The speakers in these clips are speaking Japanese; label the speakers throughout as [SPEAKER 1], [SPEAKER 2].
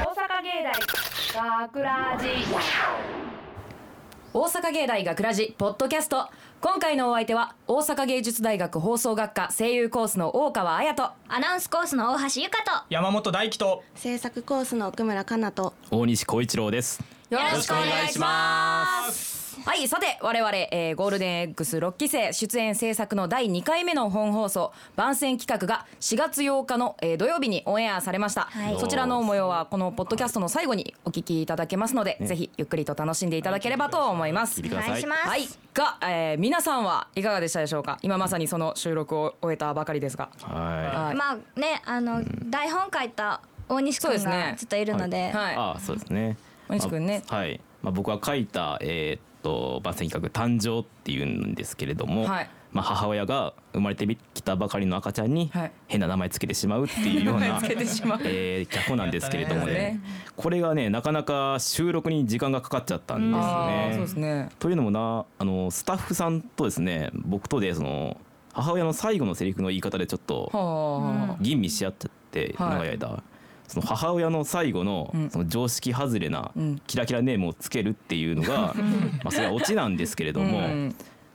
[SPEAKER 1] 大学ラジ
[SPEAKER 2] 大阪芸大学ラジポッドキャスト今回のお相手は大阪芸術大学放送学科声優コースの大川彩と
[SPEAKER 3] アナウンスコースの大橋ゆかと
[SPEAKER 4] 山本大輝と
[SPEAKER 5] 制作コースの奥村かなと
[SPEAKER 6] 大西光一郎です。
[SPEAKER 2] よ
[SPEAKER 3] ろしくお願いし
[SPEAKER 2] ますはいさて我々、えーゴールデン X6 期生出演制作の第2回目の本放送番宣企画が4月8日の、えー土曜日にオンエアされました、
[SPEAKER 3] はい
[SPEAKER 2] そちらの模様はこのポッドキャストの最後にお聞きいただけますので、ぜひゆっくりと楽しんでいただければと思います
[SPEAKER 6] 聞いてくだ
[SPEAKER 3] お願
[SPEAKER 6] さ
[SPEAKER 3] い
[SPEAKER 6] い
[SPEAKER 3] し。ます
[SPEAKER 2] はい、が、えー皆さんはいかがでしたでしょうか今まさにその収録を終えたばかりですが
[SPEAKER 6] は。
[SPEAKER 2] はい
[SPEAKER 3] まあねあの、台本書いた大西
[SPEAKER 2] そうで
[SPEAKER 3] 君
[SPEAKER 2] すね
[SPEAKER 3] がずっといるので
[SPEAKER 2] はいい
[SPEAKER 6] ああ、そうですね。
[SPEAKER 2] 大西君ね
[SPEAKER 6] まあはい。まあ僕は書いたえーっと番宣企画誕生っていうんですけれども、
[SPEAKER 2] はい
[SPEAKER 6] まあ母親が生まれてきたばかりの赤ちゃんに
[SPEAKER 2] はい
[SPEAKER 6] 変な名前つけてしまうっていうよう な、
[SPEAKER 2] つけてしまう
[SPEAKER 6] えー、脚本なんですけれども
[SPEAKER 2] そう
[SPEAKER 6] ね
[SPEAKER 2] ですね
[SPEAKER 6] これがねなかなか収録に時間がかかっちゃったんです
[SPEAKER 2] あ
[SPEAKER 6] ね
[SPEAKER 2] ー。そうですね
[SPEAKER 6] というのもなあのスタッフさんとですね僕とでその母親の最後のセリフの言い方でちょっと
[SPEAKER 2] は
[SPEAKER 6] 吟味し合っちゃって
[SPEAKER 2] はい
[SPEAKER 6] 長い間、その母親の最後の
[SPEAKER 2] うん
[SPEAKER 6] その常識外れな
[SPEAKER 2] うん
[SPEAKER 6] キラキラネームをつけるっていうの が、まあそれはオチなんですけれ
[SPEAKER 2] あ
[SPEAKER 6] ども、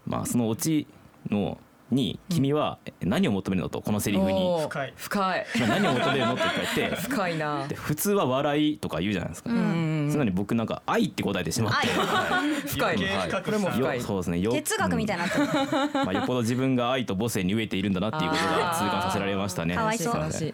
[SPEAKER 6] まあそのオチのに君は何を求めるのとこのセリフに
[SPEAKER 2] おー
[SPEAKER 4] 深い
[SPEAKER 2] 深い
[SPEAKER 6] まあ何を求めるのって言って
[SPEAKER 2] 深いな
[SPEAKER 6] で普通は笑いとか言うじゃないですか、
[SPEAKER 3] う
[SPEAKER 2] うんん
[SPEAKER 6] そんなに僕なんか愛って答えてしまって。
[SPEAKER 2] 深い
[SPEAKER 4] 余計深く
[SPEAKER 2] これも
[SPEAKER 4] さ
[SPEAKER 2] 深い
[SPEAKER 6] よそうですねよ
[SPEAKER 3] 哲学みたいになってる
[SPEAKER 6] まあ、よっぽど自分が愛と母性に飢えているんだなっていうことが痛感させられましたね。
[SPEAKER 3] かわいそう
[SPEAKER 2] 悲しい悲しい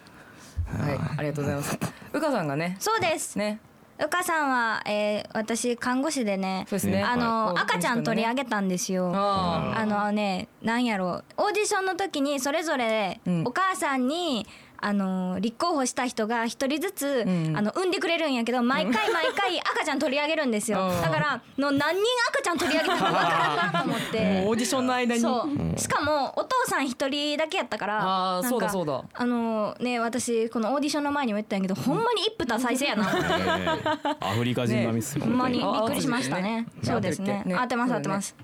[SPEAKER 2] はいありがとうございますうかさんがね
[SPEAKER 3] そうです
[SPEAKER 2] ね
[SPEAKER 3] うかさんは、えー、私看護師でね
[SPEAKER 2] そうですね
[SPEAKER 3] あ
[SPEAKER 2] はい
[SPEAKER 3] の赤ちゃん取り上げたんですよ、
[SPEAKER 2] あ
[SPEAKER 3] あのねなんやろうオーディションの時にそれぞれ
[SPEAKER 2] うん
[SPEAKER 3] お母さんに、あの立候補した人が一人ずつ、
[SPEAKER 2] うん
[SPEAKER 3] あの産んでくれるんやけど毎回毎回赤ちゃん取り上げるんですよ
[SPEAKER 2] うん
[SPEAKER 3] だからの何人赤ちゃん取り上げたか分からんなと思っ
[SPEAKER 2] ー
[SPEAKER 3] て
[SPEAKER 2] もうオーディションの間に
[SPEAKER 3] そうしかもお父さん一人だけやったから
[SPEAKER 2] あー
[SPEAKER 3] なんか
[SPEAKER 2] そうだそうだ
[SPEAKER 3] あのね私このオーディションの前にも言ったんやけどほんまに一夫多妻制やな
[SPEAKER 6] ええアフリカ人並みっすよ、
[SPEAKER 3] ほんまにび
[SPEAKER 2] あ
[SPEAKER 3] っくりしましたね
[SPEAKER 2] 合ってるね
[SPEAKER 3] そうです
[SPEAKER 2] 合っ
[SPEAKER 3] ね
[SPEAKER 2] てるね
[SPEAKER 3] 合ってます合ってます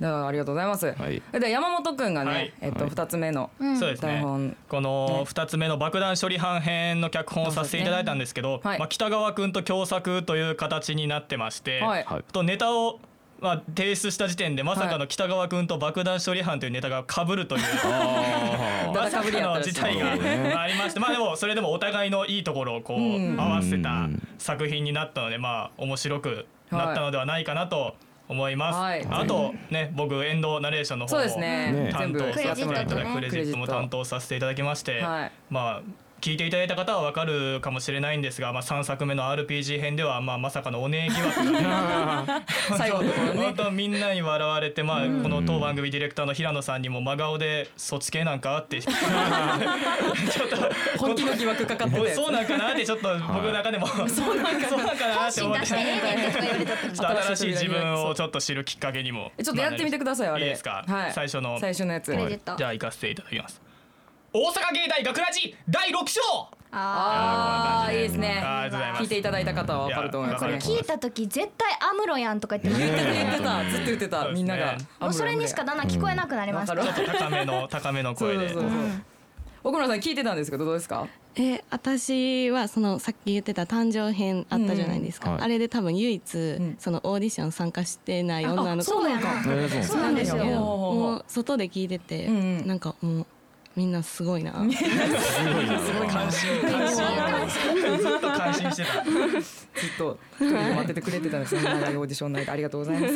[SPEAKER 2] だからありがとうございます
[SPEAKER 6] はい
[SPEAKER 2] で山本くんが
[SPEAKER 4] は
[SPEAKER 2] ね
[SPEAKER 4] い
[SPEAKER 2] えっと
[SPEAKER 6] はい
[SPEAKER 2] 二つ目の
[SPEAKER 4] そうです
[SPEAKER 2] 台
[SPEAKER 4] ね
[SPEAKER 2] 本
[SPEAKER 4] この2つ目の爆弾処理班編の脚本をさせていただいたんですけど、
[SPEAKER 2] はい
[SPEAKER 4] まあ、北川君と共作という形になってまして、
[SPEAKER 2] はい
[SPEAKER 6] はい
[SPEAKER 4] とネタを、まあ、提出した時点でまさか
[SPEAKER 2] は
[SPEAKER 4] の北川君と爆弾処理班というネタが被る という、
[SPEAKER 6] あ
[SPEAKER 2] だ
[SPEAKER 4] まさ
[SPEAKER 2] かぶり
[SPEAKER 4] か
[SPEAKER 2] やっ
[SPEAKER 4] の
[SPEAKER 2] たらしい
[SPEAKER 4] 事態が
[SPEAKER 6] なるほどね
[SPEAKER 4] まあありましてまあでもそれでもお互いのいいところをこう
[SPEAKER 2] うん
[SPEAKER 4] 合わせた
[SPEAKER 6] うん
[SPEAKER 4] 作品になったのでまあ面白くなったのではないかなと思います、
[SPEAKER 2] はい
[SPEAKER 4] あとね僕エンドナレーションの方
[SPEAKER 2] そう
[SPEAKER 4] も
[SPEAKER 2] ですね
[SPEAKER 6] ね
[SPEAKER 2] 全
[SPEAKER 4] 担
[SPEAKER 2] 部
[SPEAKER 4] 当さ
[SPEAKER 2] やって
[SPEAKER 4] せ
[SPEAKER 2] もら
[SPEAKER 4] て
[SPEAKER 2] っ
[SPEAKER 4] い
[SPEAKER 2] た
[SPEAKER 4] ただ
[SPEAKER 2] ね
[SPEAKER 4] くクレジットも担
[SPEAKER 2] 当
[SPEAKER 4] 当させていただきまして、
[SPEAKER 2] はい
[SPEAKER 4] まあ聞いていただいた方は分かるかもしれないんですが、まあ、3作目の RPG 編では、まあ、まさかのおねえ疑惑が、ね、
[SPEAKER 2] 最後のところね
[SPEAKER 4] 本当みんなに笑われて、まあ、この当番組ディレクターの平野さんにも真顔で「そっち系なんか?」 って
[SPEAKER 2] 本気の疑惑かかってた
[SPEAKER 4] おい
[SPEAKER 2] やつ
[SPEAKER 4] そうなんかなってちょっと僕の中でも、そうなんかなって思って
[SPEAKER 3] 出してええねんってとか言われた
[SPEAKER 4] ちょっと新しい自分をちょっと知るきっかけにも
[SPEAKER 2] えちょっとやってみてくださいあれ
[SPEAKER 4] いいですか、
[SPEAKER 2] はい
[SPEAKER 4] 最初の
[SPEAKER 2] 最初のやつ
[SPEAKER 3] クレジット
[SPEAKER 4] じゃあ行かせていただきます大阪芸大学ラジ第6章
[SPEAKER 2] ああいいですね
[SPEAKER 4] ありがとうございます
[SPEAKER 2] 聞いていただいた方は分かると思います
[SPEAKER 3] これ
[SPEAKER 2] ね
[SPEAKER 3] 聞いた時絶対アムロやんとか言ってました
[SPEAKER 2] 言ってたずっと言ってた
[SPEAKER 4] そうですね
[SPEAKER 2] みんなが
[SPEAKER 3] もうそれにしかだんだん聞こえなくなりました
[SPEAKER 2] わかる
[SPEAKER 4] ちょっと高め の高めの
[SPEAKER 2] そう
[SPEAKER 4] 声
[SPEAKER 2] そ
[SPEAKER 4] で
[SPEAKER 2] うそうそう奥村さん聞いてたんですけどどうですか
[SPEAKER 5] え私はそのさっき言ってた誕生編あったじゃないですか、
[SPEAKER 6] うんはい
[SPEAKER 5] あれで多分唯一、
[SPEAKER 2] ん
[SPEAKER 5] そのオーディション参加してない女の子
[SPEAKER 3] そうやな
[SPEAKER 6] ええそ
[SPEAKER 3] そうなんです
[SPEAKER 2] そうなんや
[SPEAKER 3] よ
[SPEAKER 5] もう外で聞いてて、
[SPEAKER 2] うんうん
[SPEAKER 5] なんかもうみんなすごいな
[SPEAKER 6] すごいな
[SPEAKER 4] 関心関 心ずっと関心してた
[SPEAKER 2] ずっと一人で待っててくれてたんですね長いオーディションの間ありがとうございます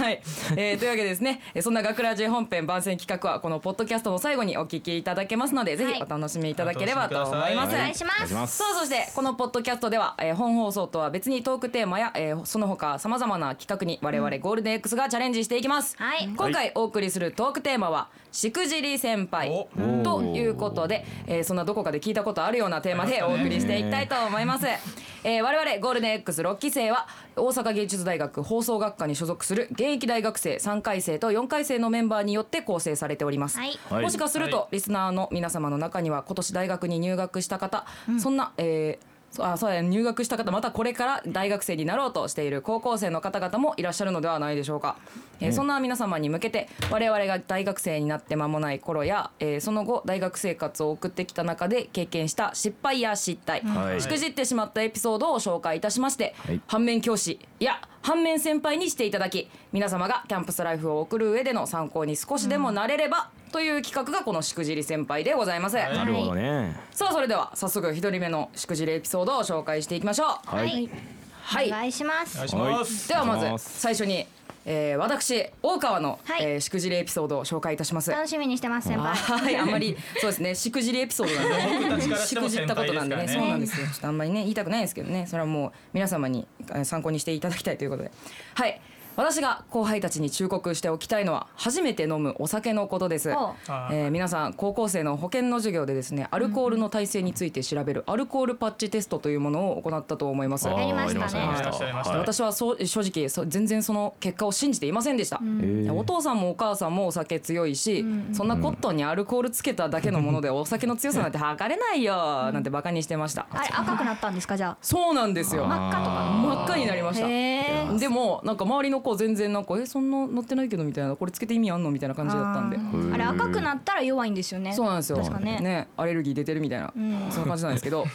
[SPEAKER 2] はい、えー、というわけでですねえーそんな学ラジ本編番宣企画はこのポッドキャストの最後にお聞きいただけますので、ぜ
[SPEAKER 3] は
[SPEAKER 2] ひ
[SPEAKER 3] い
[SPEAKER 2] お楽しみいただければと思いま
[SPEAKER 4] お
[SPEAKER 2] す
[SPEAKER 3] お願いしま
[SPEAKER 6] お願
[SPEAKER 3] す
[SPEAKER 6] いしま
[SPEAKER 2] さあそしてこのポッドキャストでは、えー本放送とは別にトークテーマや、えーその他さまざまな企画に我々ゴールデン X がチャレンジしていきます、
[SPEAKER 3] はい
[SPEAKER 2] 今回お送りするトークテーマは「しくじり先輩
[SPEAKER 4] お」
[SPEAKER 2] ということで、えーそんなどこかで聞いたことあるようなテーマでお送りしていきたいと思います、えー我々ゴールデン X6 期生は大阪芸術大学放送学科に所属する現役大学生3回生と4回生のメンバーによって構成されております、
[SPEAKER 3] はい
[SPEAKER 6] はい
[SPEAKER 2] もしかすると、
[SPEAKER 4] はい
[SPEAKER 2] リスナーの皆様の中には今年大学に入学した方、そんな、えーそうあそうや入学した方またこれから大学生になろうとしている高校生の方々もいらっしゃるのではないでしょうか、えーそんな皆様に向けて我々が大学生になって間もない頃や、えーその後大学生活を送ってきた中で経験した失敗や失態、
[SPEAKER 6] はい
[SPEAKER 2] しくじってしまったエピソードを紹介いたしまして、
[SPEAKER 6] はい
[SPEAKER 2] 反面教師いや反面先輩にしていただき皆様がキャンパスライフを送る上での参考に少しでもなれれば、という企画がこの「しくじり先輩」でございます。
[SPEAKER 4] はい
[SPEAKER 6] なるほどね。
[SPEAKER 2] さあそれでは早速一人目のしくじりエピソードを紹介していきましょう
[SPEAKER 6] はい。
[SPEAKER 2] は
[SPEAKER 3] お
[SPEAKER 2] い、
[SPEAKER 3] 願いします
[SPEAKER 4] お願いします。
[SPEAKER 2] では
[SPEAKER 6] お願いし
[SPEAKER 2] ま
[SPEAKER 6] ま
[SPEAKER 2] ず
[SPEAKER 6] す
[SPEAKER 2] 最初に、えー、私大川の、
[SPEAKER 3] はい
[SPEAKER 2] えーしくじりエピソードを紹介いたします
[SPEAKER 3] 楽しみにしてます先輩
[SPEAKER 2] はいあんまりそうですねしくじりエピソードなんで
[SPEAKER 4] 僕たちからし
[SPEAKER 2] してく
[SPEAKER 4] も
[SPEAKER 2] じっ
[SPEAKER 4] 先
[SPEAKER 2] たこ
[SPEAKER 4] 輩
[SPEAKER 2] と
[SPEAKER 4] で
[SPEAKER 2] な
[SPEAKER 4] すから
[SPEAKER 2] んでね
[SPEAKER 4] ね。
[SPEAKER 2] そうなんですよちょっとあんまりね言いたくないですけどねそれはもう皆様にえー参考にしていただきたいということではい私が後輩たちに忠告しておきたいのは初めて飲むお酒のことです、
[SPEAKER 3] ほ
[SPEAKER 4] うあー
[SPEAKER 2] えー皆さん高校生の保健の授業でですねアルコールの耐性について調べるアルコールパッチテストというものを行ったと思います、
[SPEAKER 6] あー
[SPEAKER 3] やりましたね
[SPEAKER 6] や
[SPEAKER 4] やりました
[SPEAKER 6] はい
[SPEAKER 2] 私はそう正直そう全然その結果を信じていませんでした、
[SPEAKER 6] えー
[SPEAKER 2] お父さんもお母さんもお酒強いし、そんなコットンにアルコールつけただけのものでお酒の強さなんて測れないよなんてバカにしてました、
[SPEAKER 3] あれ赤くなったんですかじゃ
[SPEAKER 2] そうなんですよ
[SPEAKER 3] 真っ赤とか
[SPEAKER 2] 真っ赤になりま
[SPEAKER 3] あ
[SPEAKER 2] した
[SPEAKER 3] へー
[SPEAKER 2] でもなんか周りの子全然なんか「えそんな乗ってないけど」みたいな「これつけて意味あんの?」みたいな感じだったんで
[SPEAKER 3] あーあれ赤くなったら弱いんですよね
[SPEAKER 2] そうなんですよ
[SPEAKER 3] 確かね
[SPEAKER 2] アレルギー出てるみたいな、
[SPEAKER 3] ん
[SPEAKER 2] そんな感じなんですけど
[SPEAKER 6] は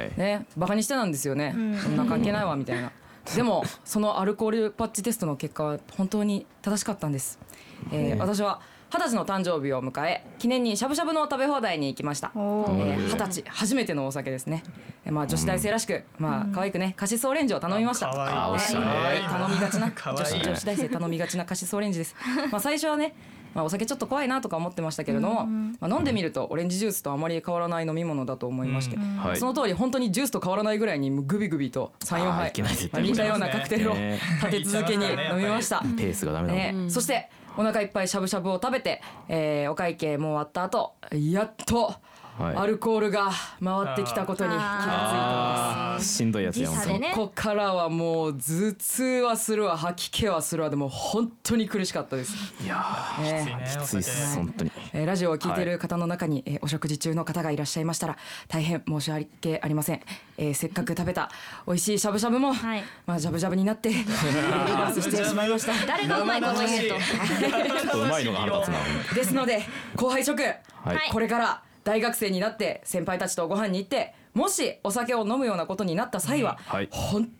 [SPEAKER 6] い。
[SPEAKER 2] ねバカにしてなんですよね、
[SPEAKER 3] ん
[SPEAKER 2] そんな関係ないわみたいなでもそのアルコールパッチテストの結果は本当に正しかったんです、えー私は二十歳の誕生日を迎え記念にしゃぶしゃぶの食べ放題に行きましたえ
[SPEAKER 3] おー
[SPEAKER 2] ー二十、歳初めてのお酒ですね、えーまあ、女子大生らしく、まあ可愛くねカシスオレンジを頼みました
[SPEAKER 4] 可愛い
[SPEAKER 6] あおしゃれ
[SPEAKER 2] はい頼みがちな
[SPEAKER 4] 可愛
[SPEAKER 2] 女
[SPEAKER 4] い
[SPEAKER 2] 子女子大生頼みがちなカシスオレンジですまあ最初はねまあ、お酒ちょっと怖いなとか思ってましたけれども、まあ、飲んでみるとオレンジジュースとあまり変わらない飲み物だと思いまして、
[SPEAKER 6] はい
[SPEAKER 2] その通り本当にジュースと変わらないぐらいにもうグビグビと34
[SPEAKER 6] あー
[SPEAKER 2] 杯
[SPEAKER 6] いけない絶対
[SPEAKER 2] 似たようなカクテルを
[SPEAKER 6] ね
[SPEAKER 2] 立て 続けに飲みました。
[SPEAKER 6] ペースがダメだもん。
[SPEAKER 2] ねそしてお腹いっぱいしゃぶしゃぶを食べて、えーお会計も終わった後やっと
[SPEAKER 6] はい
[SPEAKER 2] アルコールが回ってきたことに気がついたんです。
[SPEAKER 6] あーしんどいやつや
[SPEAKER 3] 時
[SPEAKER 6] 本
[SPEAKER 3] 差
[SPEAKER 6] 当
[SPEAKER 3] で
[SPEAKER 6] に。
[SPEAKER 3] ね
[SPEAKER 2] ここからはもう頭痛はするわ吐き気はするわでも本当に苦しかったです。
[SPEAKER 6] いやー
[SPEAKER 2] ね
[SPEAKER 4] きついねお
[SPEAKER 6] きついっす
[SPEAKER 4] 酒
[SPEAKER 6] 本当に。
[SPEAKER 2] えーラジオを聞いている方の中に、えーお食事中の方がいらっしゃいましたら大変申し訳ありません、えーせっかく食べた美味しいしゃぶしゃぶも、
[SPEAKER 3] はい
[SPEAKER 2] まあ、しゃぶしゃぶになってラスしてしまいました
[SPEAKER 3] 誰がうまいこと言うと
[SPEAKER 6] ちょっとうまいのが腹立つな。
[SPEAKER 2] ですので後輩職、
[SPEAKER 6] い
[SPEAKER 2] これから大学生になって先輩たちとご飯に行ってもしお酒を飲むようなことになった際は、
[SPEAKER 6] うんはい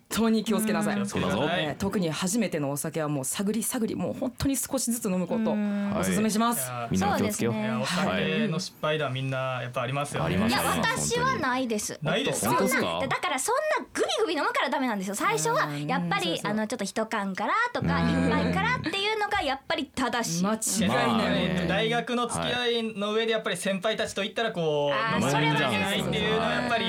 [SPEAKER 2] 本当に気をつけなさい、
[SPEAKER 4] うん
[SPEAKER 6] そうだぞ
[SPEAKER 2] えー特に初めてのお酒はもう探り探りもう本当に少しずつ飲むことおすすめします、
[SPEAKER 4] はい
[SPEAKER 6] みんなも気をつけよう。
[SPEAKER 3] そうです
[SPEAKER 4] いや
[SPEAKER 3] ね
[SPEAKER 4] お酒の失敗談みんなやっぱありますよね。
[SPEAKER 6] ありま
[SPEAKER 3] い
[SPEAKER 6] す
[SPEAKER 3] や
[SPEAKER 6] ね
[SPEAKER 3] 私はないです
[SPEAKER 4] ないです
[SPEAKER 3] そん
[SPEAKER 4] か
[SPEAKER 3] な
[SPEAKER 6] 本当ですか
[SPEAKER 3] だからそんなグビグビ飲むからダメなんですよ最初はやっぱ
[SPEAKER 2] うん
[SPEAKER 3] り
[SPEAKER 2] そうそう
[SPEAKER 3] あのちょっと一缶からとか一杯からっていうのがやっぱり正しい
[SPEAKER 2] 間違いない、
[SPEAKER 6] まあね
[SPEAKER 4] 大学の付き合いの上でやっぱり先輩たちと行ったらこ
[SPEAKER 3] あ
[SPEAKER 4] う
[SPEAKER 3] ー
[SPEAKER 4] 飲まなきゃいけないっ
[SPEAKER 6] それは
[SPEAKER 4] ていうのはやっぱり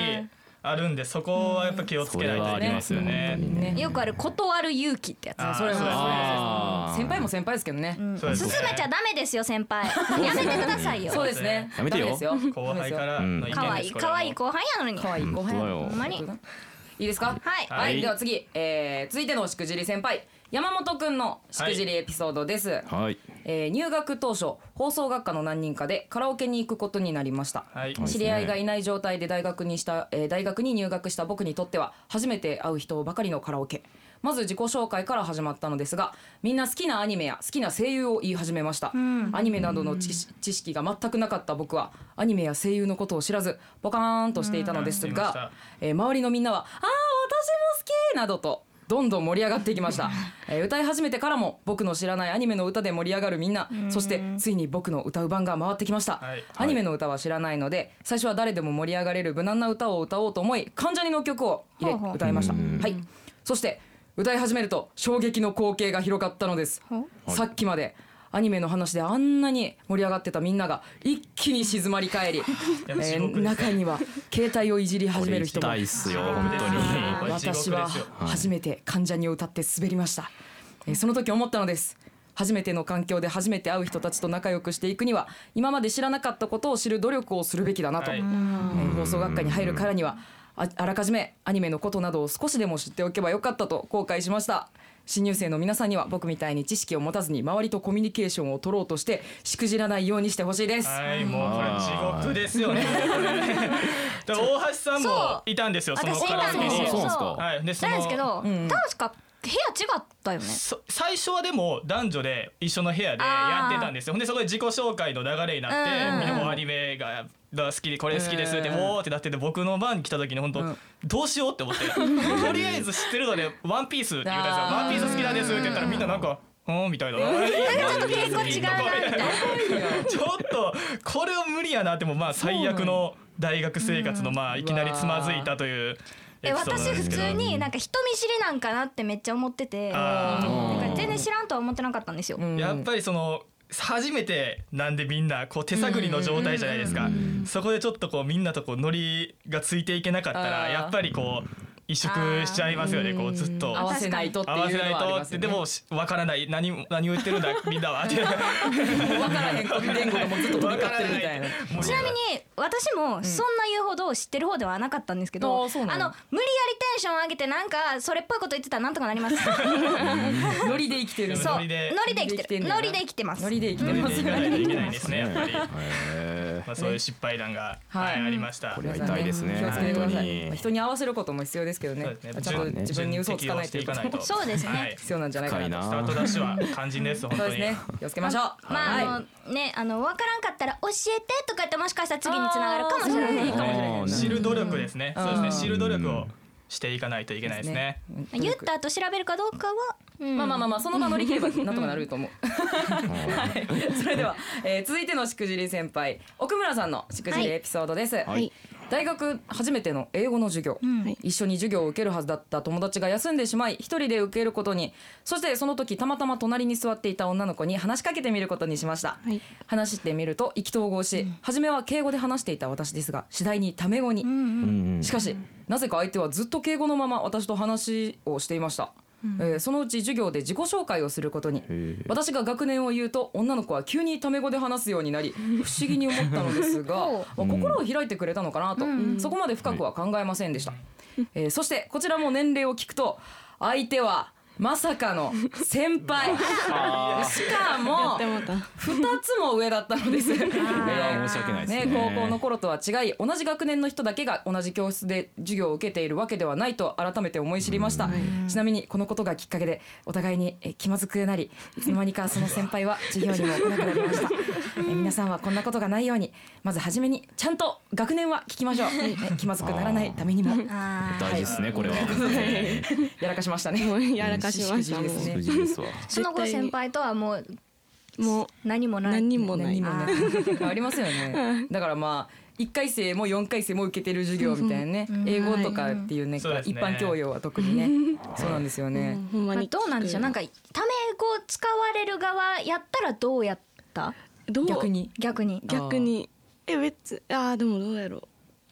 [SPEAKER 4] あるんでそこはやっぱ気をつ
[SPEAKER 6] そ
[SPEAKER 4] けな
[SPEAKER 6] れ
[SPEAKER 4] いと
[SPEAKER 6] はあ
[SPEAKER 4] い
[SPEAKER 6] り
[SPEAKER 4] けない
[SPEAKER 6] ま
[SPEAKER 4] ですす
[SPEAKER 6] よ
[SPEAKER 4] よ
[SPEAKER 6] ね
[SPEAKER 4] ね。。
[SPEAKER 3] よくある断る勇気ってやつ
[SPEAKER 4] あー
[SPEAKER 2] それは
[SPEAKER 4] そうです
[SPEAKER 6] あー
[SPEAKER 2] 先輩も先輩ですけどね、
[SPEAKER 4] そうです
[SPEAKER 3] 勧めちゃダメですよ先輩やめてくださいよ
[SPEAKER 2] そうですね
[SPEAKER 6] やめてよ
[SPEAKER 2] ダメですよ
[SPEAKER 4] 後輩からの意見です。
[SPEAKER 3] 可愛い
[SPEAKER 4] これは
[SPEAKER 3] 可愛い後輩やのに
[SPEAKER 2] 可愛い後輩
[SPEAKER 6] 本当だよ
[SPEAKER 2] ほんまにいいですか
[SPEAKER 3] はい
[SPEAKER 2] は
[SPEAKER 6] は
[SPEAKER 2] い、
[SPEAKER 6] い
[SPEAKER 2] では次、えー続いてのしくじり先輩山本くんのしくじりエピソードです、
[SPEAKER 6] はい。
[SPEAKER 2] えー入学当初放送学科の何人かでカラオケに行くことになりました、
[SPEAKER 4] はい。
[SPEAKER 6] はい
[SPEAKER 2] 知り合いがいない状態で大学にした、えー大学に入学した僕にとっては初めて会う人ばかりのカラオケまず自己紹介から始まったのですがみんな好きなアニメや好きな声優を言い始めました、アニメなどの知識知識が全くなかった僕はアニメや声優のことを知らずポカーンとしていたのです
[SPEAKER 4] うん知りまし
[SPEAKER 2] が
[SPEAKER 4] た、
[SPEAKER 2] えー周りのみんなは「あー私も好き!」などとどんどん盛り上がっていきました、えー歌い始めてからも僕の知らないアニメの歌で盛り上がるみんなそしてついに僕の歌う番が回ってきました、
[SPEAKER 4] はい
[SPEAKER 2] アニメの歌は知らないので最初は誰でも盛り上がれる無難な歌を歌おうと思い関ジャニの曲を入れ
[SPEAKER 3] ほうほう
[SPEAKER 2] 歌いました、はい、そして歌い始めると衝撃の光景が広がったのです
[SPEAKER 6] う
[SPEAKER 2] さっきまでアニメの話であんなに盛り上がってたみんなが一気に静まり返り、え
[SPEAKER 4] やっぱ地獄です
[SPEAKER 2] ー
[SPEAKER 4] ね
[SPEAKER 2] 中には携帯をいじり始める人も
[SPEAKER 6] これ行きたいっすよ
[SPEAKER 4] 地獄
[SPEAKER 6] 本
[SPEAKER 4] です
[SPEAKER 6] 当
[SPEAKER 4] よ
[SPEAKER 6] に。
[SPEAKER 4] これ地獄です
[SPEAKER 2] 私
[SPEAKER 4] よ
[SPEAKER 2] は初めて関ジャニを歌って滑りました、えーその時思ったのです初めての環境で初めて会う人たちと仲良くしていくには今まで知らなかったことを知る努力をするべきだなと、
[SPEAKER 4] はい
[SPEAKER 2] えー放送学科に入るからにはああらかじめアニメのことなどを少しでも知っておけばよかったと後悔しました新入生の皆さんには僕みたいに知識を持たずに周りとコミュニケーションを取ろうとしてしくじらないようにしてほしいです。
[SPEAKER 4] はい、もうこれ地獄ですよね。これだから大橋さん
[SPEAKER 3] そう
[SPEAKER 4] もいたんですよ。その
[SPEAKER 3] 私い
[SPEAKER 4] カラ
[SPEAKER 3] た
[SPEAKER 4] オ
[SPEAKER 3] んで
[SPEAKER 4] ケに
[SPEAKER 3] すよ
[SPEAKER 6] あそうなんすか
[SPEAKER 3] そう
[SPEAKER 4] はい、で、そ
[SPEAKER 3] なんですけ
[SPEAKER 4] の。
[SPEAKER 3] ど、確か部屋違ったよね
[SPEAKER 4] そ最初はでも男女で一緒の部屋でやってたんですよほんでそこで自己紹介の流れになって、
[SPEAKER 3] うんうんうん
[SPEAKER 4] みんなもうアニメが好きでこれ好きですって、
[SPEAKER 2] うん
[SPEAKER 4] おーってなってて僕の番来た時に本当、
[SPEAKER 2] うん
[SPEAKER 4] どうしようって思って とりあえず知ってるので「ワンピースって言うたんですよ「ワンピース好きなんです」って言ったらみんななんか「うん」みたいな。
[SPEAKER 3] ちょっと傾向違うなみたいな
[SPEAKER 4] ちょっとこれは無理やなってもまあ最悪の大学生活のまあいきなりつまずいたというエ
[SPEAKER 3] え
[SPEAKER 4] ピソードなん
[SPEAKER 3] 私
[SPEAKER 4] です
[SPEAKER 3] 普
[SPEAKER 4] けど
[SPEAKER 3] 通になんか人見知りなんかなってめっちゃ思ってて
[SPEAKER 4] あー
[SPEAKER 3] なんか全然知らんとは思ってなかったんですよ、
[SPEAKER 2] うん
[SPEAKER 4] やっぱりその初めてなんでみんなこう手探りの状態じゃないですかそこでちょっとこうみんなとこうノリがついていけなかった
[SPEAKER 2] あ
[SPEAKER 4] ら
[SPEAKER 2] ー
[SPEAKER 4] やっぱりこう萎縮しちゃいますよねこうずっと
[SPEAKER 2] 合わせないとって
[SPEAKER 4] 合わ
[SPEAKER 2] い
[SPEAKER 4] せ
[SPEAKER 2] う
[SPEAKER 4] ない
[SPEAKER 2] のはあり
[SPEAKER 4] と
[SPEAKER 2] ま
[SPEAKER 4] っ
[SPEAKER 2] すよ
[SPEAKER 4] て
[SPEAKER 2] ね
[SPEAKER 4] でもしわからない何も何を言ってるんだ みんなはって
[SPEAKER 2] 分からへん古典言語がもうずっと飛び交ってるみたいな。
[SPEAKER 4] もう
[SPEAKER 3] ちなみに私もそんな言うほど知ってる方ではなかったんですけど、
[SPEAKER 2] あー
[SPEAKER 3] あ
[SPEAKER 2] そう
[SPEAKER 3] の無
[SPEAKER 2] な
[SPEAKER 3] 理
[SPEAKER 2] の
[SPEAKER 3] やりテンション上げてなんかそれっぽいこと言ってたらなんとかなります
[SPEAKER 2] ノリで生きてる。
[SPEAKER 3] そう
[SPEAKER 4] ノ
[SPEAKER 3] ノ
[SPEAKER 4] リ
[SPEAKER 3] リ
[SPEAKER 4] で
[SPEAKER 3] で生きてるノ
[SPEAKER 2] ノ
[SPEAKER 3] リ
[SPEAKER 2] リ
[SPEAKER 3] で
[SPEAKER 2] で
[SPEAKER 3] 生きてます
[SPEAKER 2] ノリで生きて
[SPEAKER 4] 行
[SPEAKER 2] ま
[SPEAKER 4] か
[SPEAKER 2] す。
[SPEAKER 4] ないといけないですねやっぱり、ま
[SPEAKER 6] へ
[SPEAKER 4] あ、そういう 失敗談が、
[SPEAKER 2] は
[SPEAKER 4] は
[SPEAKER 2] い
[SPEAKER 4] いありました
[SPEAKER 6] これは痛いですね
[SPEAKER 2] 気をつけてく
[SPEAKER 6] 本当
[SPEAKER 2] ださ
[SPEAKER 6] に
[SPEAKER 2] い。まあ人に合わせることも必要ですけどね
[SPEAKER 4] そうですね。
[SPEAKER 2] ちゃんと自分に嘘をつかないということも
[SPEAKER 4] 順
[SPEAKER 3] そうですね、
[SPEAKER 4] はい
[SPEAKER 2] 必要なんじゃないか
[SPEAKER 6] 深い
[SPEAKER 2] なと。
[SPEAKER 4] スタート
[SPEAKER 6] な
[SPEAKER 4] ダッシュは肝心です本
[SPEAKER 2] そ
[SPEAKER 4] 当
[SPEAKER 2] う
[SPEAKER 4] に
[SPEAKER 2] ですね。気をつけましょう。
[SPEAKER 3] まあ、
[SPEAKER 2] はい
[SPEAKER 3] あのねあの分からんかったら教えてとか言ってもしかしたら次につながるかもしれない
[SPEAKER 2] あーそうねいいかもしれない
[SPEAKER 4] 知る努力ですね
[SPEAKER 2] うん
[SPEAKER 4] そうですね
[SPEAKER 2] うん
[SPEAKER 4] 知る努力をしていかないといけないですね。
[SPEAKER 3] 言った後調べるかどうかは、うん
[SPEAKER 2] まあまあまあまあその場乗り切ればなんとかなると思う。はい。それでは、えー続いてのしくじり先輩奥村さんのしくじりエピソードです。
[SPEAKER 5] い
[SPEAKER 2] 大学初めての英語の授業、
[SPEAKER 5] はい
[SPEAKER 2] 一緒に授業を受けるはずだった友達が休んでしまい一人で受けることにそしてその時たまたま隣に座っていた女の子に話しかけてみることにしました、
[SPEAKER 5] はい
[SPEAKER 2] 話してみると意気投合し、初めは敬語で話していた私ですが次第にタメ語に、
[SPEAKER 6] うん
[SPEAKER 2] しかしなぜか相手はずっと敬語のまま私と話をしていました、えーそのうち授業で自己紹介をすることに
[SPEAKER 6] え
[SPEAKER 2] 私が学年を言うと女の子は急にタメ語で話すようになり不思議に思ったのですが
[SPEAKER 3] ほ
[SPEAKER 2] まあ心を開いてくれたのかなと、そこまで深くは考えませんでした、えーそしてこちらも年齢を聞くと相手はまさかの先輩しかも
[SPEAKER 5] でまた
[SPEAKER 2] 2つも上だったのです。
[SPEAKER 6] これは申し訳ないですね
[SPEAKER 2] ね、高校の頃とは違い同じ学年の人だけが同じ教室で授業を受けているわけではないと改めて思い知りました、ちなみにこのことがきっかけでお互いにえ気まずくなりいつの間にかその先輩は授業にも来なくなりましたえ皆さんはこんなことがないようにまず初めにちゃんと学年は聞きましょうえ気まずくならないためにも
[SPEAKER 3] あー
[SPEAKER 6] 大事ですねこれは
[SPEAKER 2] やらかしましたね
[SPEAKER 5] もうやらかしましたも
[SPEAKER 2] しくじ
[SPEAKER 5] う
[SPEAKER 2] りですね
[SPEAKER 6] 無事ですわ
[SPEAKER 3] その後先輩とはもう
[SPEAKER 5] も
[SPEAKER 3] 何も
[SPEAKER 5] う
[SPEAKER 3] ない
[SPEAKER 5] 何にもな
[SPEAKER 2] 何
[SPEAKER 5] い
[SPEAKER 2] もねあります よねだからまあ1回生も4回生も受けてる授業みたいなね英語とかっていうね一
[SPEAKER 4] そうですね
[SPEAKER 2] 般教養は特にねそうなんですよね
[SPEAKER 5] ほんま
[SPEAKER 3] まあ
[SPEAKER 5] に
[SPEAKER 3] どうなんでしょうなんかタメ語使われる側やったらどうやった
[SPEAKER 5] どう
[SPEAKER 2] 逆に
[SPEAKER 3] 逆に
[SPEAKER 5] 逆にえ別あーでもどうやろう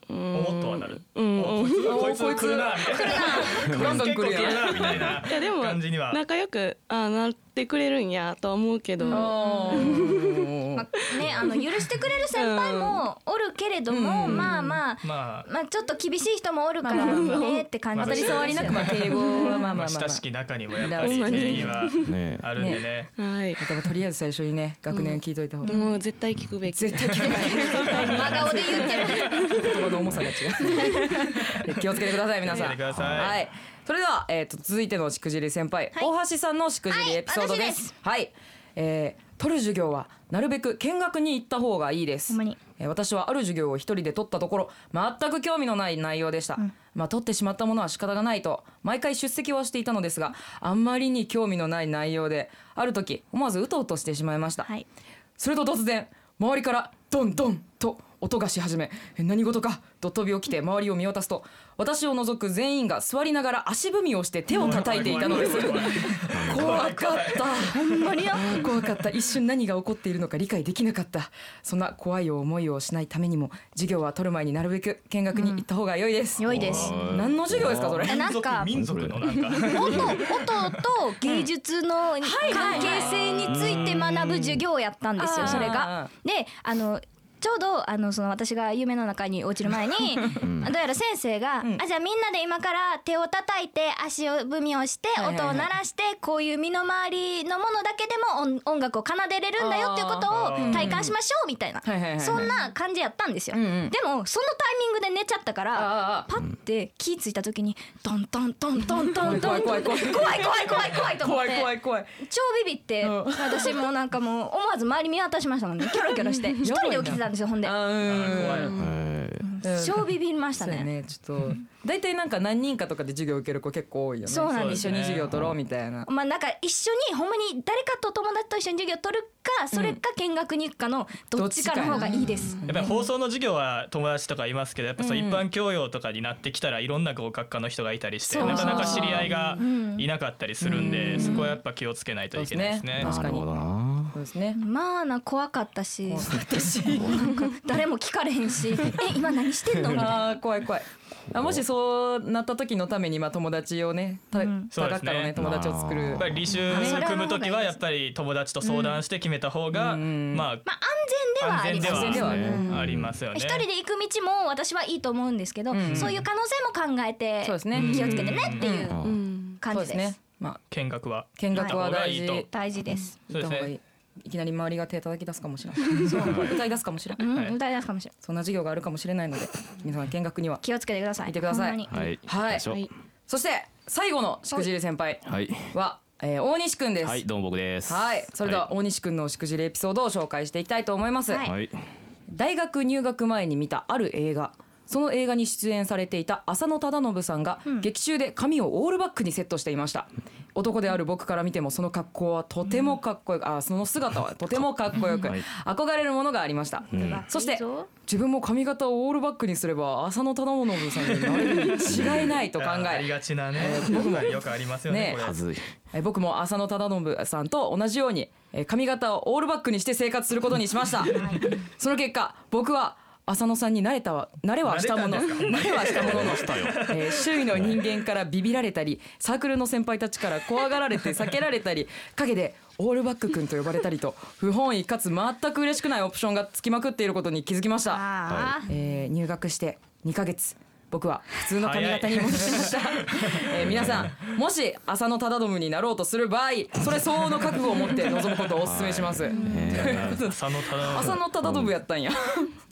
[SPEAKER 5] う
[SPEAKER 4] お
[SPEAKER 5] ー
[SPEAKER 4] っ
[SPEAKER 5] ん
[SPEAKER 4] とはなる。
[SPEAKER 5] うん
[SPEAKER 4] おこいつこいつ来るなみたい
[SPEAKER 2] どん
[SPEAKER 4] な。
[SPEAKER 2] どん
[SPEAKER 4] 結
[SPEAKER 2] 来
[SPEAKER 4] 構
[SPEAKER 2] る
[SPEAKER 4] 来
[SPEAKER 2] やん
[SPEAKER 4] るなみたいない
[SPEAKER 5] やでも
[SPEAKER 4] 感じには。
[SPEAKER 5] 仲良くあーなってくれるんやとは思うけど、
[SPEAKER 2] あ
[SPEAKER 3] ま
[SPEAKER 2] ー
[SPEAKER 3] あねあの許してくれる先輩もおるけれども、まあまあ
[SPEAKER 4] まあ
[SPEAKER 3] まあちょっと厳しい人もおるからねって感じ
[SPEAKER 4] まあ
[SPEAKER 3] で
[SPEAKER 4] 当た
[SPEAKER 3] す
[SPEAKER 4] り障
[SPEAKER 2] 触
[SPEAKER 4] り
[SPEAKER 2] り
[SPEAKER 4] な
[SPEAKER 2] な
[SPEAKER 4] く
[SPEAKER 2] くまあ敬語はまあまあま
[SPEAKER 4] ま
[SPEAKER 2] あま
[SPEAKER 4] あ
[SPEAKER 2] あ
[SPEAKER 4] 親しき中にもやっぱり
[SPEAKER 5] まあ
[SPEAKER 4] 礼儀は
[SPEAKER 6] ね
[SPEAKER 4] あるんでね。
[SPEAKER 5] はい
[SPEAKER 2] でもとりあえず最初にね学年聞いといた方が
[SPEAKER 5] もう絶対聞くべき
[SPEAKER 2] 絶対聞かない
[SPEAKER 3] 真顔で言って る
[SPEAKER 2] 言葉の重さが違う 気をつけてください皆さん
[SPEAKER 4] 気をつけてください
[SPEAKER 2] はいそれでは、えー、と続いてのしくじり先輩、大橋さんのしくじりエピソードですはい、えー取る授業はなるべく見学に行った方がいいです
[SPEAKER 3] ほんまに
[SPEAKER 2] えー私はある授業を一人で取ったところ全く興味のない内容でした、まあ取ってしまったものは仕方がないと毎回出席はしていたのですがあんまりに興味のない内容である時思わずうとうとしてしまいました、
[SPEAKER 3] はい
[SPEAKER 2] すると突然周りからドンドンと音がし始めえ何事かと飛び起きて周りを見渡すと私を除く全員が座りながら足踏みをして手を叩いていたのです
[SPEAKER 4] 怖い怖い
[SPEAKER 2] 怖かったほんまに怖かった一瞬何が起こっているのか理解できなかったそんな怖い思いをしないためにも授業は取る前になるべく見学に行った方が良いです、
[SPEAKER 3] 良いです
[SPEAKER 2] 何の授業ですかそれ
[SPEAKER 3] えなんか
[SPEAKER 4] 民族民族のなんか。
[SPEAKER 3] 音音と芸術の関係性について学ぶ授業やったんですよ、
[SPEAKER 2] うん
[SPEAKER 3] それが
[SPEAKER 2] あ。
[SPEAKER 3] であのちちょうどあのその私が夢の中に落ちる前に
[SPEAKER 6] ん
[SPEAKER 3] どうやら先生が、
[SPEAKER 2] ん
[SPEAKER 3] あじゃあみんなで今から手を叩いて足を踏みをして
[SPEAKER 2] はいはい
[SPEAKER 3] 音
[SPEAKER 2] はい
[SPEAKER 3] を鳴らしてこういう身の回りのものだけでも音音楽を奏でれるんだよっていうこと
[SPEAKER 4] あー
[SPEAKER 3] を体感しましょうみたいな
[SPEAKER 2] はいはいはいはい
[SPEAKER 3] そんな感じやったんですよ。
[SPEAKER 2] うん
[SPEAKER 3] で
[SPEAKER 2] うん
[SPEAKER 3] もそのタイミングで寝ちゃったか
[SPEAKER 2] あ
[SPEAKER 3] ら
[SPEAKER 2] あああ
[SPEAKER 3] パッて気付いた時にトントントントントントン
[SPEAKER 2] 怖い怖い怖い
[SPEAKER 3] 怖い怖い怖い怖いと思って
[SPEAKER 2] 怖い怖い怖い
[SPEAKER 3] 超ビビって
[SPEAKER 2] うん
[SPEAKER 3] 私もなんかもう思わず周り見渡しましたもんねキョロキョロ して一人で起きてたんですよほんで
[SPEAKER 2] あ
[SPEAKER 4] 怖い
[SPEAKER 2] ーうん
[SPEAKER 6] えー
[SPEAKER 3] 超ビビりまし
[SPEAKER 2] そ
[SPEAKER 3] た
[SPEAKER 2] うや
[SPEAKER 3] ね
[SPEAKER 2] ねちょっと大体なんか何人かとかで授業受ける子結構多いよね
[SPEAKER 3] そうなんです
[SPEAKER 4] よ
[SPEAKER 2] 一緒に授業取ろうみたいな
[SPEAKER 3] まあなんか一緒にほんまに誰かと友達と一緒に授業取るかそれか見学に行くかのどっちかの方がいいです
[SPEAKER 4] やっぱり放送の授業は友達とかいますけどやっぱそう一般教養とかになってきたらいろんな合格科の人がいたりして
[SPEAKER 3] そう
[SPEAKER 4] なかなか知り合いが
[SPEAKER 3] ん
[SPEAKER 4] いなかったりするんで
[SPEAKER 2] うん
[SPEAKER 4] そこはやっぱ気をつけないといけないですね。
[SPEAKER 2] そうですね確か
[SPEAKER 6] なる
[SPEAKER 2] に
[SPEAKER 6] ほどな
[SPEAKER 2] そうですね
[SPEAKER 3] まあな怖かったし
[SPEAKER 2] 怖かったし
[SPEAKER 3] なんか 誰も聞かれへん しえ今何してんのみたいな
[SPEAKER 2] あー怖い 怖いあもしそうなった時のためにまあ友達をねた多学科のね友達を作
[SPEAKER 6] ま
[SPEAKER 2] る
[SPEAKER 4] やっぱり履修組む時はやっぱり友達と相談して決めた方が、
[SPEAKER 2] うん
[SPEAKER 4] ま
[SPEAKER 3] まあ安全ではあり
[SPEAKER 2] 安全
[SPEAKER 3] ます
[SPEAKER 2] ではある
[SPEAKER 6] ね
[SPEAKER 4] あありますよね。
[SPEAKER 3] 一人で行く道も私はいいと思うんですけど
[SPEAKER 2] うん
[SPEAKER 3] そういう可能性も考えて
[SPEAKER 2] そうですね
[SPEAKER 3] 気をつけてねっていう
[SPEAKER 5] う
[SPEAKER 6] うん
[SPEAKER 5] ん
[SPEAKER 3] 感じ
[SPEAKER 2] そう
[SPEAKER 3] です
[SPEAKER 2] ねまあ
[SPEAKER 4] 見学は
[SPEAKER 2] 見学は大
[SPEAKER 4] はい
[SPEAKER 2] 事
[SPEAKER 3] 大事です
[SPEAKER 2] 行った方がいい、いきなり周りが手叩き出すかもしれ ない歌い出すかもしれな
[SPEAKER 3] う
[SPEAKER 2] い
[SPEAKER 3] ん
[SPEAKER 4] はい
[SPEAKER 3] 歌い出すかもしれない
[SPEAKER 2] そんな授業があるかもしれないので皆さん見学には
[SPEAKER 3] 気をつけてください
[SPEAKER 2] 見てください
[SPEAKER 3] ほんまに
[SPEAKER 6] はい
[SPEAKER 2] はい
[SPEAKER 6] よいしょ
[SPEAKER 5] はい
[SPEAKER 2] そして最後のしくじり先輩
[SPEAKER 6] はい
[SPEAKER 2] は、えー大西くんです
[SPEAKER 6] はいどうも僕です
[SPEAKER 2] はいそれでは大西くんのしくじりエピソードを紹介していきたいと思います、
[SPEAKER 3] はい
[SPEAKER 6] はい
[SPEAKER 2] 大学入学前に見たある映画その映画に出演されていた浅野忠信さんが劇中で髪をオールバックにセットしていました、男である僕から見てもその格好はとてもかっこよく、あその姿はとてもかっこよく、
[SPEAKER 6] はい
[SPEAKER 2] 憧れるものがありました、
[SPEAKER 6] うん
[SPEAKER 2] そし
[SPEAKER 3] い
[SPEAKER 2] て
[SPEAKER 3] いぞ
[SPEAKER 2] 自分も髪型をオールバックにすれば浅野忠信さんになれるに違いないと考
[SPEAKER 4] ああり
[SPEAKER 2] え
[SPEAKER 4] がちなね。僕もよくありますよね。
[SPEAKER 2] ね
[SPEAKER 4] これ
[SPEAKER 6] はずい
[SPEAKER 2] え僕も浅野忠信さんと同じようにえ髪型をオールバックにして生活することにしましたその結果僕は浅野さんに慣れたわ慣れはしたもの
[SPEAKER 4] 慣れたんですか
[SPEAKER 2] 慣れはしたものの、えー周囲の人間からビビられたりサークルの先輩たちから怖がられて避けられたり陰でオールバック君と呼ばれたりと不本意かつ全く嬉しくないオプションがつきまくっていることに気づきました
[SPEAKER 3] あ
[SPEAKER 2] えー入学して2ヶ月僕は普通の髪型に戻しました、えー皆さんもし浅野忠信になろうとする場合それ相応の覚悟を持って臨むことをお勧めします、
[SPEAKER 6] ね
[SPEAKER 4] 浅野忠
[SPEAKER 2] 浅野忠信やったんや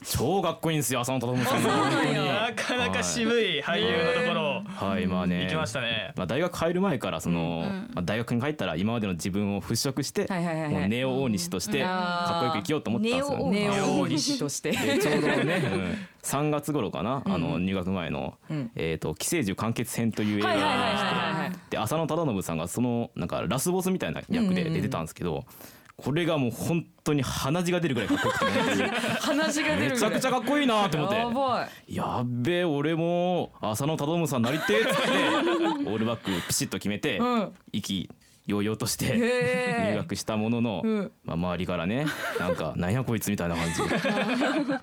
[SPEAKER 6] 超かっこいいんですよ浅野忠信さん
[SPEAKER 2] あ そうなん
[SPEAKER 4] 信。
[SPEAKER 2] や
[SPEAKER 4] なかなか渋い俳優のところを
[SPEAKER 6] はいまあね
[SPEAKER 4] 行きましたね。
[SPEAKER 6] まあ、大学入る前からその、まあ、大学に帰ったら今までの自分を払拭して、
[SPEAKER 2] はいはいはいはい
[SPEAKER 6] もうネオ大西として
[SPEAKER 2] うん
[SPEAKER 6] かっこよく生きようと思ってたんですよ、
[SPEAKER 2] ネ
[SPEAKER 6] ね。
[SPEAKER 2] オ大西として
[SPEAKER 6] でちょうどね、うん、3月頃かな、あの入学前の、
[SPEAKER 2] うん
[SPEAKER 6] えっ、と寄生獣完結編という映画
[SPEAKER 2] はいはいはいはい
[SPEAKER 6] が
[SPEAKER 2] はいは
[SPEAKER 6] あり
[SPEAKER 2] い
[SPEAKER 6] ましてで浅野忠信さんがそのなんかラスボスみたいな役で出てたんですけど、これがもう本当に鼻血 が出るぐらいかっこよくてね
[SPEAKER 2] 鼻血が出る
[SPEAKER 6] め
[SPEAKER 2] ぐ
[SPEAKER 6] ち
[SPEAKER 2] ら
[SPEAKER 6] ゃ
[SPEAKER 2] い
[SPEAKER 6] くちゃかっこいいなと思って
[SPEAKER 2] やばい
[SPEAKER 6] やっべえ俺も浅野忠信さんなりてえっつってオールバックピシッと決めて、
[SPEAKER 2] うん
[SPEAKER 6] 意気揚々とし
[SPEAKER 2] へ
[SPEAKER 6] て
[SPEAKER 2] え
[SPEAKER 6] 入学したものの、
[SPEAKER 2] うん
[SPEAKER 6] まあ、周りからねなん か「なんやこいつ」みたいな感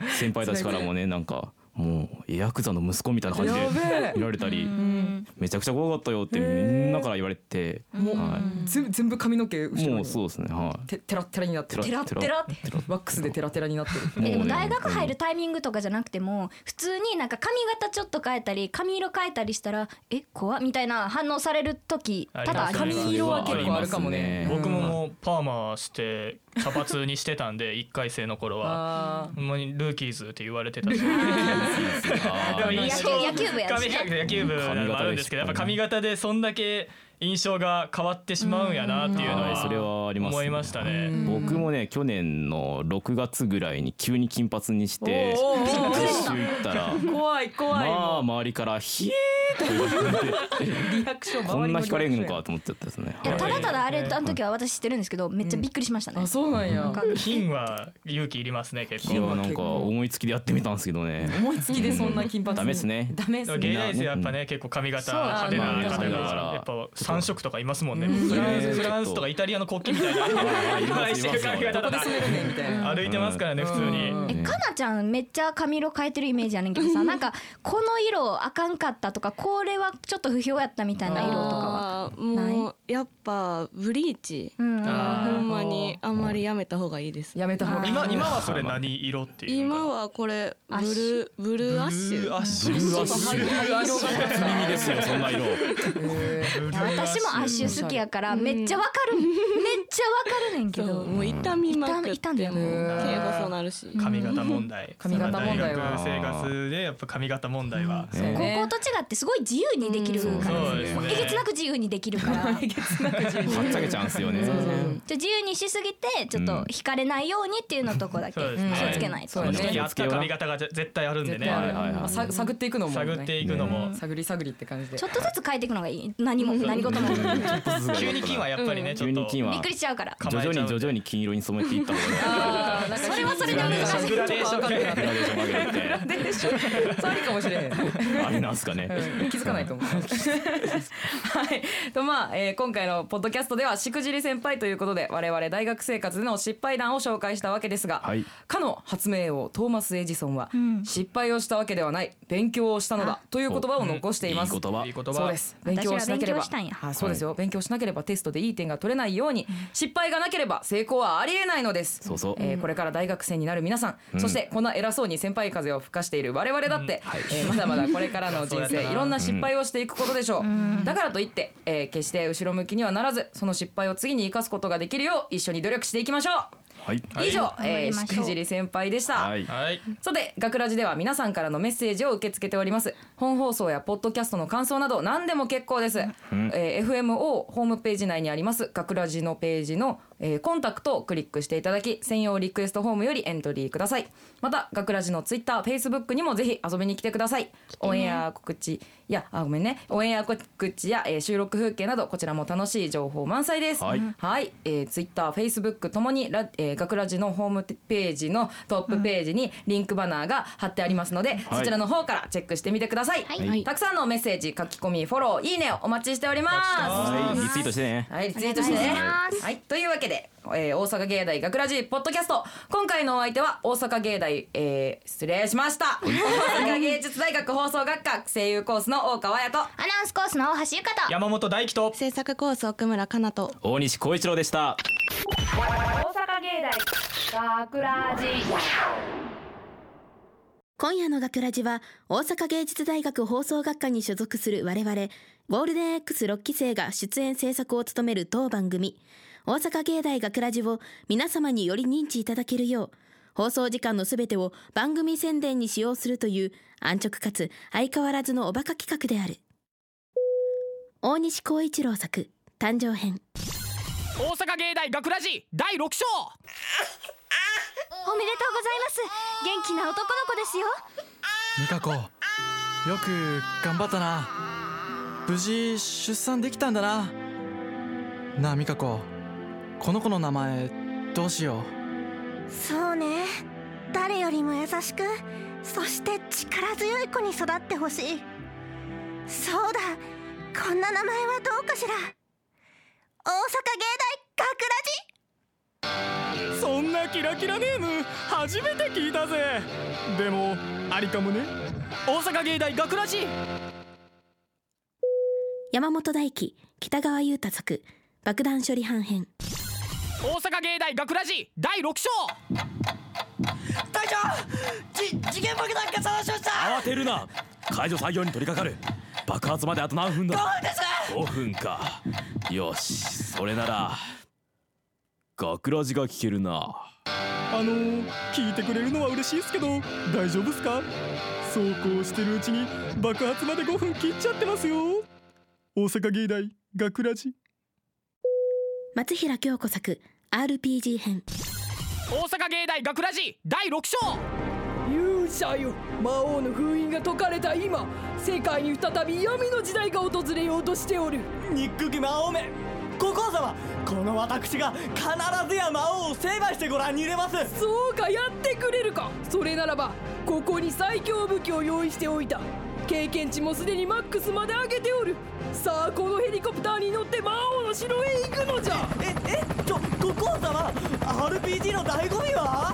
[SPEAKER 6] じ先輩たちからもねなんかもうヤクザの息子みたいな感じ
[SPEAKER 2] やべえ
[SPEAKER 6] で見られたり「めちゃくちゃ怖かったよ」ってみんなから言われて、
[SPEAKER 2] もう、
[SPEAKER 6] は
[SPEAKER 2] ぜ全部髪の毛後
[SPEAKER 6] い、
[SPEAKER 2] ろ
[SPEAKER 6] も
[SPEAKER 2] に
[SPEAKER 6] うそうですねはい。
[SPEAKER 2] てテラッテラになってる
[SPEAKER 6] テラッテラテラ
[SPEAKER 2] テラワックスでテラテラになってる
[SPEAKER 3] えで
[SPEAKER 6] も
[SPEAKER 3] も
[SPEAKER 6] うね
[SPEAKER 3] 大学入るタイミングとかじゃなくても普通になんか髪型ちょっと変えたり髪色変えたりしたらえ怖っみたいな反応される時多々あり
[SPEAKER 4] あ
[SPEAKER 3] ま
[SPEAKER 4] り
[SPEAKER 3] す
[SPEAKER 4] ます
[SPEAKER 2] 髪色は結構あるかもね
[SPEAKER 6] うん
[SPEAKER 4] 僕ももうパーマして茶髪にしてたんで一回生の頃は。
[SPEAKER 2] あー
[SPEAKER 4] ほんまにルーキーズって言われてたし。
[SPEAKER 6] あ
[SPEAKER 4] でも
[SPEAKER 6] ー
[SPEAKER 4] 印象
[SPEAKER 3] 野球野球部やしね
[SPEAKER 4] 髪野球部もあるんですけどやっぱ髪型でそんだけ印象が変わってしまうんやなっていうの
[SPEAKER 6] あーそれ
[SPEAKER 4] は
[SPEAKER 6] はありますね
[SPEAKER 4] 思いましたね。
[SPEAKER 6] 僕もね去年の6月ぐらいに急に金髪にして
[SPEAKER 2] おーおーおー
[SPEAKER 6] 実習行ったら
[SPEAKER 2] 怖い怖い
[SPEAKER 6] まあ
[SPEAKER 2] も
[SPEAKER 6] 周りから「ひえ
[SPEAKER 2] うリアクション
[SPEAKER 6] ーこんな惹かれ
[SPEAKER 2] る
[SPEAKER 6] んのか」と思っちゃったですね。
[SPEAKER 3] いやた
[SPEAKER 6] はい
[SPEAKER 3] だただあれあの時は私知ってるんですけどめっちゃびっくりしましたね
[SPEAKER 2] あそうなんや
[SPEAKER 4] 金は勇気いりますね結
[SPEAKER 6] いや
[SPEAKER 4] 構。
[SPEAKER 6] なんか思いつきでやってみたんですけどね。
[SPEAKER 2] 思いつきでそんな金髪に
[SPEAKER 6] ダメっすね
[SPEAKER 2] ダメっすね
[SPEAKER 4] 芸大生やっぱね結構髪型
[SPEAKER 3] そう
[SPEAKER 4] 派手な
[SPEAKER 6] まあ
[SPEAKER 4] 方が
[SPEAKER 6] そうだから
[SPEAKER 4] やっぱ三色とかいますもんね。
[SPEAKER 2] うん
[SPEAKER 4] フラン
[SPEAKER 6] へ
[SPEAKER 4] ス
[SPEAKER 6] ー
[SPEAKER 4] フランスとかイタリアの国旗みたいな色合いしてる髪型だ
[SPEAKER 2] こで
[SPEAKER 4] な
[SPEAKER 2] 住めるねみたいな。
[SPEAKER 4] 歩いてますからね普通に。
[SPEAKER 2] うん
[SPEAKER 3] えかなちゃんめっちゃ髪色変えてるイメージやねんけどさなんかこの色あかんかったとかこれはちょっと不評やったみたいな色とかは
[SPEAKER 5] あーもうやっぱブリーチ
[SPEAKER 3] う、ん
[SPEAKER 4] あー
[SPEAKER 5] ほんまにあんまりやめた方がいいです
[SPEAKER 2] やめた方がいい。
[SPEAKER 4] 今今はそれ何色っていうのか
[SPEAKER 5] 今
[SPEAKER 4] な。
[SPEAKER 5] はこれブル
[SPEAKER 3] アッシ
[SPEAKER 5] ーブルーアッシ
[SPEAKER 4] ブルーア
[SPEAKER 5] ュ
[SPEAKER 4] ッシュ。
[SPEAKER 6] ブルーアッシュ
[SPEAKER 4] ブルーアッシュ
[SPEAKER 6] 初耳ですよそんな 色。
[SPEAKER 2] へー
[SPEAKER 4] ブルーアッ
[SPEAKER 3] 私
[SPEAKER 4] シュ
[SPEAKER 3] もアッシュ好きやからめっちゃわかる、めっちゃわかるねんけ
[SPEAKER 5] そう
[SPEAKER 3] ど
[SPEAKER 5] もう痛みまくっ
[SPEAKER 3] 痛ん痛んだ
[SPEAKER 5] て
[SPEAKER 3] よ
[SPEAKER 5] もう
[SPEAKER 2] ね
[SPEAKER 5] 毛細なるし
[SPEAKER 4] 髪型問題。
[SPEAKER 2] 髪型問題は
[SPEAKER 4] その大学生活でやっぱ髪型問題は。
[SPEAKER 2] そうね
[SPEAKER 3] 高校と違ってすごい自由にできるから、
[SPEAKER 4] そうですね
[SPEAKER 3] えげつなく自由にできる からじゃ
[SPEAKER 6] はっちゃけちゃうんすよね。
[SPEAKER 5] うん
[SPEAKER 3] あ自由にしすぎてちょっと惹かれないようにっていうのとこだけ気
[SPEAKER 4] そうですね
[SPEAKER 3] をつけないと、
[SPEAKER 2] そうね
[SPEAKER 4] やった髪型が絶対あるんで
[SPEAKER 2] 絶
[SPEAKER 4] ね
[SPEAKER 2] 対。ある
[SPEAKER 6] はいはいはい
[SPEAKER 2] まあさ探っていくのもね
[SPEAKER 4] 探っていくのも。
[SPEAKER 2] 探り探りって感じで
[SPEAKER 3] ちょっとずつ変えていくのがいい何も何事も
[SPEAKER 6] うん
[SPEAKER 3] び
[SPEAKER 6] ちょっとずつが良かったな
[SPEAKER 4] 急に金はやっぱりねちょ
[SPEAKER 6] 急
[SPEAKER 4] っ
[SPEAKER 6] に
[SPEAKER 4] と。
[SPEAKER 6] 金は
[SPEAKER 3] っくりしちゃうから
[SPEAKER 6] 徐
[SPEAKER 4] 構えちゃう
[SPEAKER 6] 々に徐々に金色に染めていった方が
[SPEAKER 2] あーなんか
[SPEAKER 3] それはそれで
[SPEAKER 4] 難しい
[SPEAKER 2] グラデーションちょっと明るくなっ
[SPEAKER 6] グラデーション上げて
[SPEAKER 2] てでしょそうあるかもしれへん
[SPEAKER 6] ってあれなんすかね。
[SPEAKER 2] うん気づかないと思う。はい。とまあ、えー今回のポッドキャストではしくじり先輩ということで我々大学生活での失敗談を紹介したわけですが、
[SPEAKER 6] はい
[SPEAKER 2] かの発明王トーマス・エジソンは、
[SPEAKER 3] ん
[SPEAKER 2] 失敗をしたわけではない勉強をしたのだという言葉を残しています。
[SPEAKER 6] いい言葉
[SPEAKER 4] いい言葉。
[SPEAKER 2] そうです勉強をしなければ
[SPEAKER 3] 私は勉強したんや
[SPEAKER 2] あそうですよ、勉強しなければテストでいい点が取れないように失敗がなければ成功はありえないのです
[SPEAKER 6] そうそう
[SPEAKER 2] えーこれから大学生になる皆さん、
[SPEAKER 6] ん
[SPEAKER 2] そしてこんな偉そうに先輩風を吹かしている我々だって、えーまだまだこれからの人
[SPEAKER 4] そうや
[SPEAKER 2] 生
[SPEAKER 4] ない
[SPEAKER 2] ろんな失敗をしていくことでしょう、だからといって、えー決して後ろ向きにはならずその失敗を次に生かすことができるよう一緒に努力していきましょ
[SPEAKER 6] はい。
[SPEAKER 2] う、以上、え
[SPEAKER 3] 頑張りま
[SPEAKER 2] ー、し
[SPEAKER 3] しょう
[SPEAKER 2] くじり先輩でした、
[SPEAKER 6] はい。
[SPEAKER 4] はい。
[SPEAKER 2] さて、学ラジでは皆さんからのメッセージを受け付けております。本放送やポッドキャストの感想など何でも結構です。えー FMO ホームページ内にあります学ラジのページの、えーコンタクトをクリックしていただき、専用リクエストフォームよりエントリーください。また、学ラジのツイッター、フェイスブックにもぜひ遊びに来てください。オンエア告知や、あ、ごめんね。オンエア告知や、えー収録風景などこちらも楽しい情報満載です。
[SPEAKER 6] はい
[SPEAKER 2] はい、えー、ツイッター、フェイスブックともにラ、えー、学ラジのホームページのトップページにリンクバナーが貼ってありますので、
[SPEAKER 6] い
[SPEAKER 2] そちらの方からチェックしてみてください。
[SPEAKER 3] はい
[SPEAKER 5] はい
[SPEAKER 2] たくさんのメッセージ、書き込み、フォロー、いいねをお待ちしておりま
[SPEAKER 4] お
[SPEAKER 2] す。
[SPEAKER 6] はい。リツイートしてね。
[SPEAKER 2] はい、リツイートしてね
[SPEAKER 3] お願いします
[SPEAKER 2] はい、というわけで、えー、大阪芸大学ラジポッドキャスト、今回のお相手は大阪芸大、えー、失礼しました。大阪芸術大学放送学科声優コースの大川彩と、
[SPEAKER 3] アナウンスコースの大橋ゆかと
[SPEAKER 4] 山本大輝と。
[SPEAKER 5] 制作コース奥村かなと
[SPEAKER 6] 大西光一郎でした。
[SPEAKER 1] 大阪芸大学ラジ
[SPEAKER 7] 今夜の学ラジは大阪芸術大学放送学科に所属する我々ゴールデン X6 期生が出演制作を務める当番組大阪芸大学ラジを皆様により認知いただけるよう放送時間のすべてを番組宣伝に使用するという安直かつ相変わらずのおバカ企画である大西光一郎作誕生編
[SPEAKER 8] 大阪芸大学ラジ第6章
[SPEAKER 3] おめでとうございます元気な男の子ですよ
[SPEAKER 9] 美香子よく頑張ったな無事出産できたんだななあ美香子この子の名前どうしよ
[SPEAKER 10] そうね誰よりも優しくそして力強い子に育ってほしいそうだこんな名前はどうかしら大阪芸大学ラジ
[SPEAKER 8] そんなキラキラネーム初めて聞いたぜでもありかもね大阪芸大学ラジ
[SPEAKER 7] 山本大輝北川優太作爆弾処理班編
[SPEAKER 8] 大阪芸大学ラジ第6章
[SPEAKER 9] 隊長じ事件爆弾が騒しました
[SPEAKER 6] 慌てるな解除作業に取り掛かる爆発まであと何分だ5分かよしそれなら学ラジが聞けるな
[SPEAKER 8] あのー、聞いてくれるのは嬉しいですけど大丈夫っすかそうこうしてるうちに爆発まで5分切っちゃってますよ大阪芸大学ラジ
[SPEAKER 7] 松平京子作 RPG 編
[SPEAKER 8] 大阪芸大学ラジ第6章
[SPEAKER 11] 勇者よ魔王の封印が解かれた今世界に再び闇の時代が訪れようとしておる
[SPEAKER 8] 憎き魔王めご講座はこの私が必ずや魔王を成敗してご覧に入れます
[SPEAKER 11] そうかやってくれるかそれならばここに最強武器を用意しておいた経験値もすでにマックスまで上げておるさあこのヘリコプターに乗って魔王の城へ行くのじゃえええちょ国王様
[SPEAKER 12] RPG の醍醐味は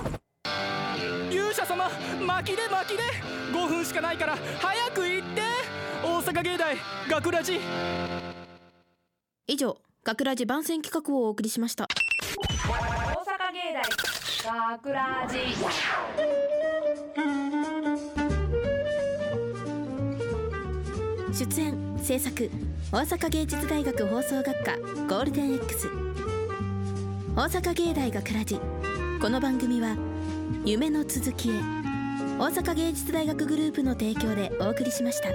[SPEAKER 8] 勇者様巻きで巻きで5分しかないから早く行って大阪芸大学ラジ
[SPEAKER 7] 以上学ラジ番宣企画をお送りしました
[SPEAKER 1] 大阪芸大学ラジ
[SPEAKER 7] 出演制作大阪芸術大学放送学科ゴールデン X 大阪芸大学ラジこの番組は夢の続きへ大阪芸術大学グループの提供でお送りしました。